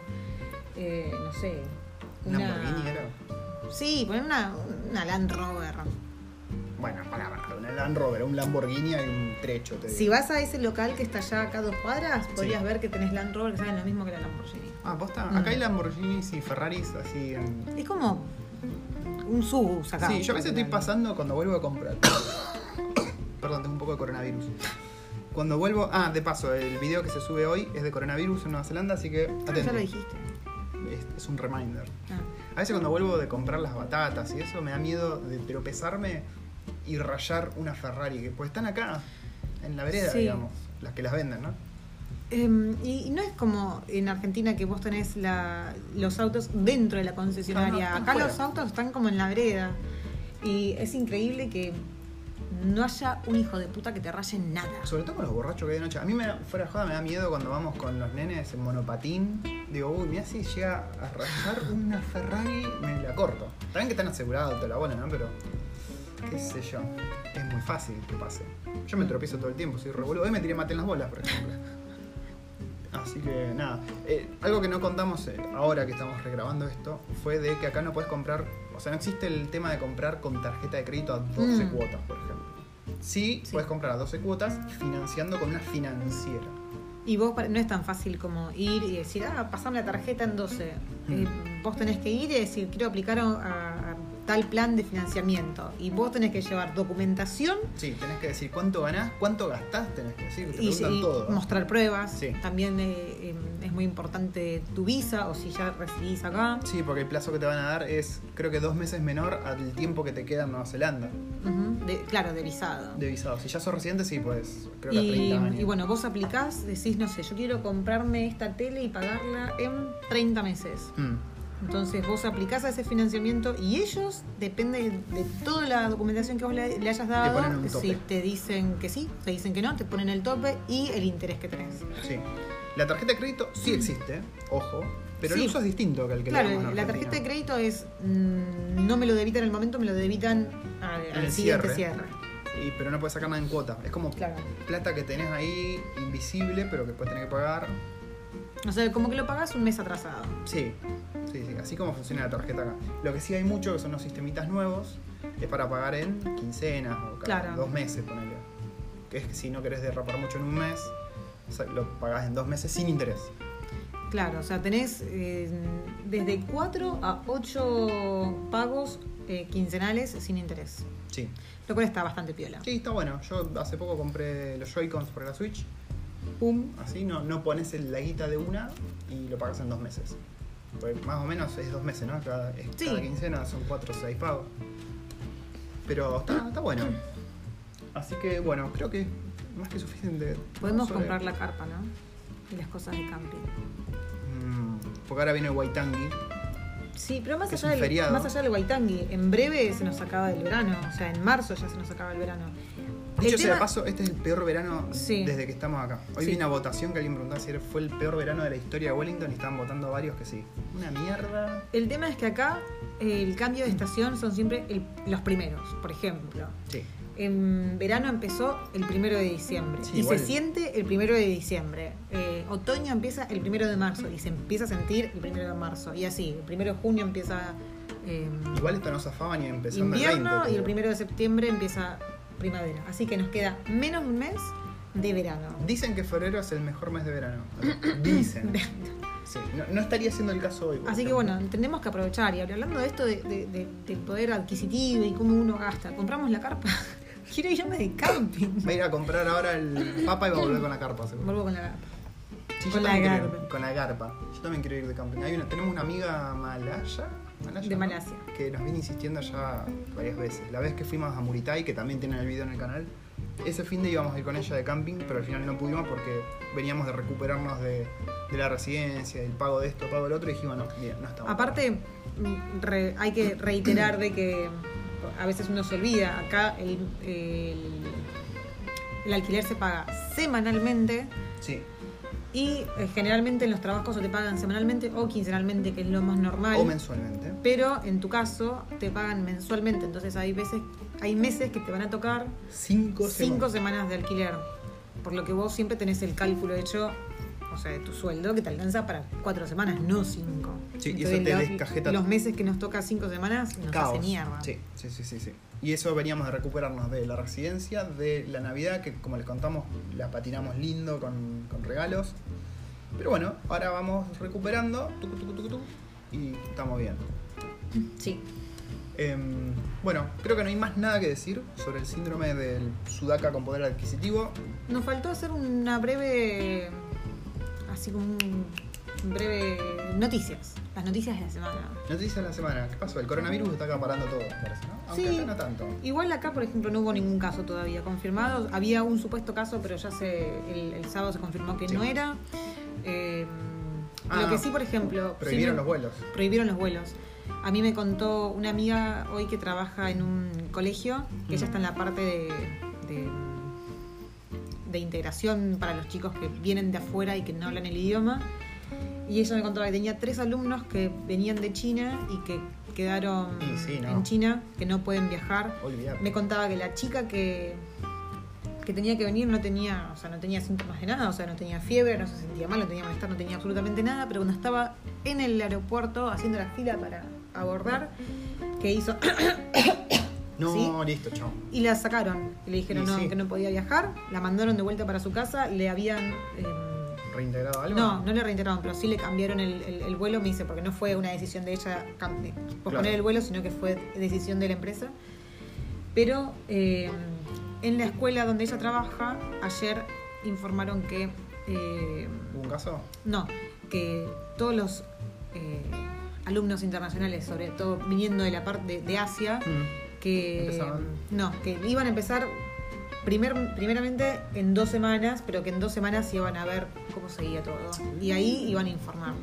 S2: eh, no sé,
S1: ¿Una
S2: una...
S1: Lamborghini era?
S2: Sí, poner una, una Land Rover.
S1: Bueno, pará, pará. Una Land Rover, un Lamborghini hay un trecho, te digo.
S2: Si vas a ese local que está allá acá a dos cuadras, podrías
S1: Sí.
S2: ver que tenés Land Rover que saben lo mismo que la Lamborghini.
S1: Ah, posta.
S2: Mm.
S1: Acá hay Lamborghinis y Ferraris así en
S2: Es como un Subaru sacado. Ah,
S1: Sí, yo a veces estoy pasando cuando vuelvo a comprar. Perdón, tengo un poco de coronavirus. Cuando vuelvo. Ah, de paso, el video que se sube hoy es de coronavirus en Nueva Zelanda, así que.
S2: Ah, ya
S1: atento.
S2: lo dijiste.
S1: Es, es un reminder.
S2: Ah.
S1: A veces cuando vuelvo de comprar las batatas y eso, me da miedo de tropezarme y rayar una Ferrari. Que, pues están acá, en la vereda,
S2: Sí.
S1: digamos. Las que las venden, ¿no?
S2: Em, y, y no es como en Argentina que vos tenés la- los autos dentro de la concesionaria.
S1: No, no, están
S2: Acá
S1: fuera.
S2: los autos están como en la vereda. Y es increíble que no haya un hijo de puta que te raye en nada.
S1: Sobre todo con los borrachos que hay de noche. A mí, me, da- fuera de joda, me da miedo cuando vamos con los nenes en monopatín. Digo, uy, mira si llega a rayar una Ferrari, me la corto. También que están asegurados, te la bola, ¿no? Pero, qué sé yo. Es muy fácil que pase. Yo me tropiezo todo el tiempo, soy revuelo. Hoy me tiré mate en las bolas, por ejemplo. Así que nada, Eh, algo que no contamos eh, ahora que estamos regrabando esto fue de que acá no puedes comprar, o sea, no existe el tema de comprar con tarjeta de crédito a 12
S2: Mm.
S1: cuotas, por ejemplo. Sí,
S2: Sí.
S1: puedes comprar a 12 cuotas financiando con una financiera.
S2: Y vos pare- no es tan fácil como ir y decir, ah, pasame la tarjeta en 12.
S1: Mm.
S2: Eh, vos tenés que ir y decir, quiero aplicar a, a- a tal plan de financiamiento. Y vos tenés que llevar documentación
S1: Sí, tenés que decir cuánto ganás, cuánto gastás, tenés que decir, te
S2: y,
S1: preguntan
S2: y
S1: todo.
S2: mostrar pruebas.
S1: Sí.
S2: También eh, eh, es muy importante tu visa o si ya residís acá.
S1: Sí, porque el plazo que te van a dar es creo que dos meses menor al tiempo que te queda en Nueva Zelanda
S2: Ujú, de- claro, de visado.
S1: de visado. Si ya sos residente, sí, pues creo que a 30
S2: y,
S1: años.
S2: y bueno, vos aplicás, decís, no sé, yo quiero comprarme esta tele y pagarla en 30 meses.
S1: Mm.
S2: Entonces vos aplicás a ese financiamiento y ellos, depende de toda la documentación que vos le, le hayas dado,
S1: ponen un tope.
S2: si te dicen que sí, te dicen que no, te ponen el tope y el interés que tenés.
S1: Sí. La tarjeta de crédito sí existe, ojo, pero
S2: Sí.
S1: el uso es distinto que el que le damos
S2: Claro,
S1: en
S2: la
S1: Argentina.
S2: tarjeta de crédito es. mm, no me lo debitan en el momento, me lo debitan al,
S1: En
S2: al
S1: el
S2: siguiente
S1: cierre.
S2: cierre.
S1: Y- pero no puedes sacar nada en cuota. Es como
S2: Claro.
S1: plata que tenés ahí invisible, pero que puedes tener que pagar.
S2: O sea, como que lo pagas un mes atrasado.
S1: Sí, sí, sí. Así como funciona la tarjeta acá. Lo que sí hay mucho, que son los sistemitas nuevos, es para pagar en quincenas o cada
S2: Claro.
S1: dos meses, ponele. Que es que si no querés derrapar mucho en un mes, o sea, lo pagás en dos meses sin interés.
S2: Claro, o sea, tenés eh, desde 4 a 8 pagos eh, quincenales sin interés.
S1: Sí.
S2: Lo cual está bastante piola.
S1: Sí, está bueno. Yo hace poco compré los Joy-Cons para la Switch.
S2: Pum.
S1: Así no, no pones el- la guita de una y lo pagas en dos meses. Porque más o menos es dos meses, ¿no? Cada, es-
S2: Sí.
S1: cada quincena son cuatro o seis pagos. Pero está, está bueno. Así que bueno, creo que más que suficiente.
S2: Podemos
S1: sobre-
S2: comprar la carpa, ¿no? Y las cosas de camping.
S1: Mm, porque ahora viene el Waitangi.
S2: Sí, pero más
S1: Que es
S2: allá,
S1: un
S2: del,
S1: feriado.
S2: más allá del Waitangi, en breve se nos acaba el verano. O sea, en marzo ya se nos acaba el verano. El
S1: Dicho sea
S2: tema-
S1: de paso, este es el peor verano
S2: Sí.
S1: desde que estamos acá. Hoy
S2: Sí.
S1: vi una votación que alguien preguntaba si era- fue el peor verano de la historia de Wellington y estaban votando varios que sí. Una mierda.
S2: El tema es que acá eh, el cambio de estación son siempre el- los primeros. Por ejemplo,
S1: Sí.
S2: En verano empezó el primero de diciembre
S1: Sí,
S2: y
S1: igual.
S2: se siente el primero de diciembre. Eh, otoño empieza el primero de marzo y se empieza a sentir el primero de marzo. Y así, el primero de junio empieza eh,
S1: Igual esto no zafaba ni empezando el 20. te
S2: invierno y el
S1: digo.
S2: primero de septiembre empieza primavera. Así que nos queda menos de un mes de verano.
S1: Dicen que febrero es el mejor mes de verano. Dicen. Sí, no, no estaría siendo el caso hoy. por
S2: Así que
S1: ejemplo.
S2: bueno, tenemos que aprovechar. Y hablando de esto de- de- de- del poder adquisitivo y cómo uno gasta, compramos la carpa. Quiero irme de camping.
S1: Va a ir a comprar ahora el papa y va a volver con la carpa, seguro.
S2: Vuelvo con la carpa.
S1: Sí, yo
S2: con la
S1: también quiero
S2: garpa.
S1: ir, con la garpa. Yo también quiero ir de camping. Hay una, tenemos una amiga malaya. malaya,
S2: De
S1: ¿no?
S2: Malasia.
S1: Que nos viene insistiendo ya varias veces. La vez que fuimos a Muritai, que también tienen el video en el canal, ese fin de íbamos a ir con ella de camping, pero al final no pudimos porque veníamos de recuperarnos de, de la residencia, del pago de esto, pago del otro, y dijimos, no, mira, no estamos.
S2: Aparte, mm, re- hay que reiterar de que a veces uno se olvida. Acá el, el- el alquiler se paga semanalmente
S1: Sí.
S2: y eh, generalmente en los trabajos o te pagan semanalmente o quincenalmente, que es lo más normal.
S1: O mensualmente.
S2: pero en tu caso te pagan mensualmente, entonces hay veces, hay meses que te van a tocar
S1: Cinco,
S2: cinco
S1: semanas.
S2: semanas de alquiler, por lo que vos siempre tenés el cálculo hecho, o sea, de tu sueldo que te alcanza para cuatro semanas, no cinco.
S1: Sí, y eso te
S2: los-
S1: descajeta-
S2: Los meses que nos toca cinco semanas nos
S1: Caos.
S2: hace mierda.
S1: Sí, sí, sí, sí, sí. Y eso veníamos de recuperarnos de la residencia, de la Navidad, que como les contamos, la patinamos lindo con, con regalos. Pero bueno, ahora vamos recuperando tucu, tucu, tucu, tucu, y estamos bien.
S2: Sí.
S1: Em, bueno, creo que no hay más nada que decir sobre el síndrome del sudaca con poder adquisitivo.
S2: Nos faltó hacer una breve, así como un un breve noticias, las noticias de la semana.
S1: Noticias de la semana. ¿Qué pasó? El coronavirus está acaparando todo, parece, ¿no? Aunque
S2: Sí.
S1: acá no tanto.
S2: Igual acá, por ejemplo, no hubo ningún caso todavía confirmado. Había un supuesto caso, pero ya se, el, el sábado se confirmó que
S1: Sí.
S2: no era. Eh,
S1: Ah,
S2: lo que sí, por ejemplo...
S1: Prohibieron
S2: sí me-
S1: los vuelos.
S2: Prohibieron los vuelos. A mí me contó una amiga hoy que trabaja en un colegio, que ella
S1: Mm.
S2: está en la parte de, de, de integración para los chicos que vienen de afuera y que no hablan el idioma. Y ella me contaba que tenía tres alumnos que venían de China y que quedaron
S1: Y sí, ¿no?
S2: en China, que no pueden viajar.
S1: Olvidar.
S2: Me contaba que la chica que, que tenía que venir no tenía, o sea, no tenía síntomas de nada, o sea, no tenía fiebre, no se sentía mal, no tenía malestar, no tenía absolutamente nada, pero cuando estaba en el aeropuerto haciendo la fila para abordar, que hizo
S1: No, listo, chao.
S2: y la sacaron. Y le dijeron
S1: Y
S2: no,
S1: sí.
S2: que no podía viajar, la mandaron de vuelta para su casa, le habían em,
S1: ¿Reintegrado algo?
S2: no, no le reintegraron, pero sí le cambiaron el, el- el vuelo, me dice, porque no fue una decisión de ella cam- de posponer
S1: Claro.
S2: el vuelo, sino que fue decisión de la empresa. Pero eh, en la escuela donde ella trabaja, ayer informaron que, eh,
S1: ¿Hubo un caso?
S2: no, que todos los eh, alumnos internacionales, sobre todo viniendo de la parte de, de Asia, que
S1: Empezaban.
S2: no, que iban a empezar primer, primeramente en dos semanas, pero que en dos semanas iban a ver cómo seguía todo. Y ahí iban a informar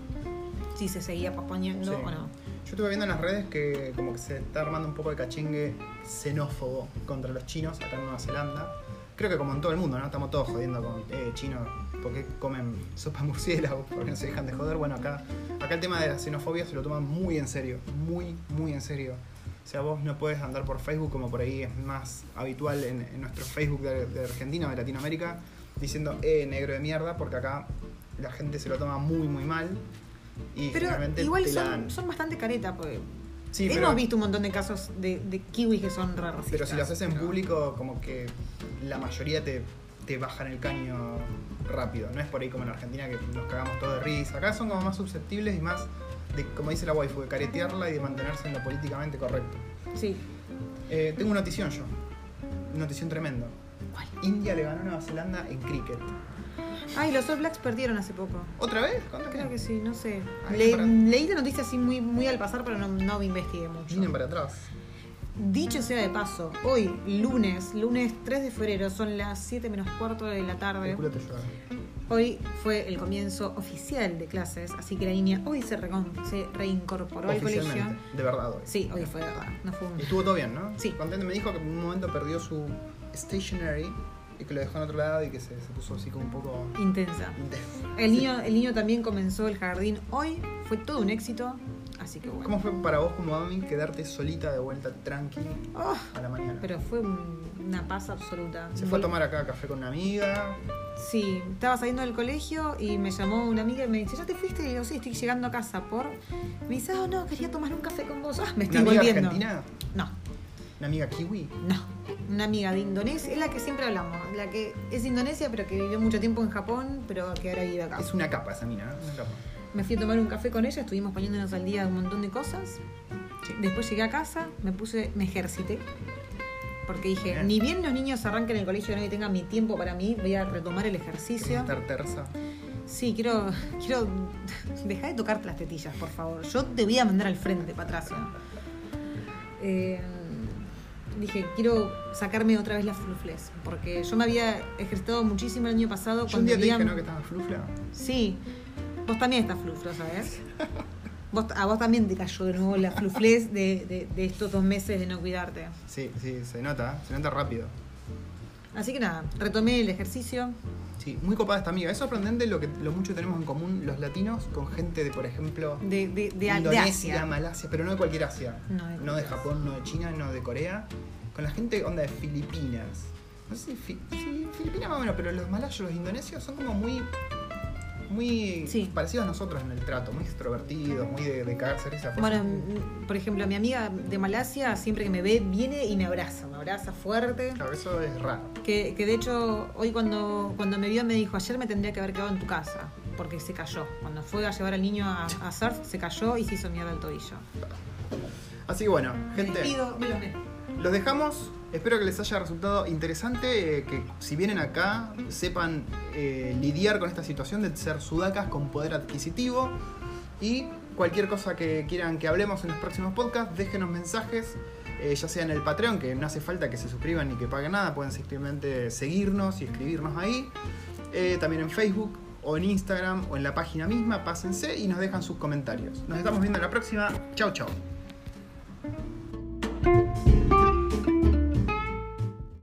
S2: si se seguía posponiendo
S1: Sí.
S2: o no.
S1: Yo estuve viendo en las redes que como que se está armando un poco de cachengue xenófobo contra los chinos acá en Nueva Zelanda. Creo que como en todo el mundo, ¿no? Estamos todos jodiendo con eh, chinos, ¿por qué comen sopa murciélago? ¿Por qué no se dejan de joder? Bueno, acá, acá el tema de la xenofobia se lo toman muy en serio, muy, muy en serio. O sea, vos no puedes andar por Facebook como por ahí es más habitual en, en nuestro Facebook de, de Argentina o de Latinoamérica, diciendo, eh, negro de mierda, porque acá la gente se lo toma muy, muy mal. Y
S2: Pero
S1: generalmente
S2: igual
S1: te la
S2: son,
S1: dan.
S2: son bastante careta, porque
S1: Sí,
S2: hemos
S1: pero-
S2: visto un montón de casos de, de kiwis que son re racistas.
S1: Pero si lo haces en
S2: pero-
S1: público, como que la mayoría te, te bajan el caño rápido. No es por ahí como en Argentina que nos cagamos todo de risa. Acá son como más susceptibles y más, de, como dice la waifu, de caretearla y de mantenerse en lo políticamente correcto.
S2: Sí.
S1: Eh, tengo una notición yo. Notición tremenda.
S2: ¿Cuál?
S1: India le ganó a Nueva Zelanda en cricket.
S2: Ay, los All Blacks perdieron hace poco.
S1: ¿Otra vez? ¿Cuánto
S2: Creo
S1: queda?
S2: que sí, no sé.
S1: Ay,
S2: Le-
S1: para-
S2: leí la noticia así muy, muy al pasar, pero no, no me investigué mucho.
S1: Vienen para atrás.
S2: Dicho sea de paso, hoy, lunes, lunes 3 de febrero, son las 7 menos cuarto de la tarde.
S1: El culo te llora.
S2: Hoy fue el comienzo oficial de clases, así que la niña hoy se, recon- se reincorporó al colegio.
S1: Oficialmente. De verdad hoy.
S2: Sí, hoy fue de verdad, no fue un...
S1: Y estuvo todo bien, ¿no?
S2: Sí.
S1: Contento me dijo que en un momento perdió su stationery y que lo dejó en otro lado y que se, se puso así como un poco
S2: intensa.
S1: intenso.
S2: El
S1: Sí.
S2: niño, el niño también comenzó el jardín hoy, fue todo un éxito, así que bueno.
S1: ¿Cómo fue para vos como mami quedarte solita de vuelta tranqui
S2: Oh,
S1: a la mañana?
S2: pero fue un- una paz absoluta.
S1: se fue a
S2: Vol-
S1: tomar acá café con una amiga.
S2: Sí, estaba saliendo del colegio y me llamó una amiga y me dice, ¿ya te fuiste? Y digo, sí, estoy llegando a casa por... Me dice, oh no, quería tomar un café con vos. Ah,
S1: ¿Una
S2: me estoy
S1: amiga
S2: volviendo.
S1: argentina?
S2: No,
S1: ¿Una amiga kiwi?
S2: no. Una amiga de Indonesia, es la que siempre hablamos, la que es indonesia pero que vivió mucho tiempo en Japón, pero que ahora vive acá.
S1: Es una capa esa mina, ¿eh? una capa.
S2: Me fui a tomar un café con ella, estuvimos poniéndonos al día de un montón de cosas.
S1: Sí.
S2: Después llegué a casa, me puse, me ejercité. Porque dije,
S1: Bien.
S2: ni bien los niños arranquen el colegio no y tengan mi tiempo para mí, voy a retomar el
S1: Quería
S2: ejercicio.
S1: estar tersa.
S2: Sí, quiero, quiero dejar de tocarte las tetillas, por favor. Yo te voy a mandar al frente, Patracia. Eh, dije, quiero sacarme otra vez la flufles, porque yo me había ejercitado muchísimo el año pasado
S1: Yo un
S2: cuando
S1: día te dije,
S2: había-
S1: ¿no? Que estaba flufla.
S2: Sí, vos también estás fluflo, ¿sabes? Vos, a vos también te cayó de nuevo la fluflez de, de- de estos dos meses de no cuidarte.
S1: Sí, sí, se nota, ¿eh? se nota rápido.
S2: Así que nada, retomé el ejercicio.
S1: Sí, muy copada esta amiga. Es sorprendente lo, que, lo mucho que tenemos en común los latinos con gente de, por ejemplo,
S2: De, de, de- de
S1: Indonesia,
S2: Asia.
S1: Malasia, pero no de cualquier Asia.
S2: No de
S1: No de
S2: cualquier
S1: Japón, no de China, no de Corea. Con la gente onda de Filipinas. No sé, fi- sí, Filipinas más o menos, pero los malayos, los indonesios son como muy. Muy
S2: Sí.
S1: parecidos a nosotros en el trato, muy extrovertidos, muy de, de cagarse de risa.
S2: Bueno, m- por ejemplo, mi amiga de Malasia siempre que me ve viene y me abraza, me abraza fuerte.
S1: Claro, eso es raro.
S2: Que, que de hecho hoy cuando, cuando me vio me dijo, ayer me tendría que haber quedado en tu casa, porque se cayó. Cuando fue a llevar al niño a, a surf, se cayó y se hizo mierda el tobillo.
S1: Así que bueno, gente.
S2: Me despido, me lo me.
S1: Los dejamos. Espero que les haya resultado interesante. eh, que si vienen acá, sepan eh, lidiar con esta situación de ser sudacas con poder adquisitivo. Y cualquier cosa que quieran que hablemos en los próximos podcasts, déjenos mensajes. eh, ya sea en el Patreon, que no hace falta que se suscriban ni que paguen nada, pueden simplemente seguirnos y escribirnos ahí. Eh, también en Facebook o en Instagram o en la página misma, pásense y nos dejan sus comentarios. Nos estamos viendo en la próxima. Chau, chau.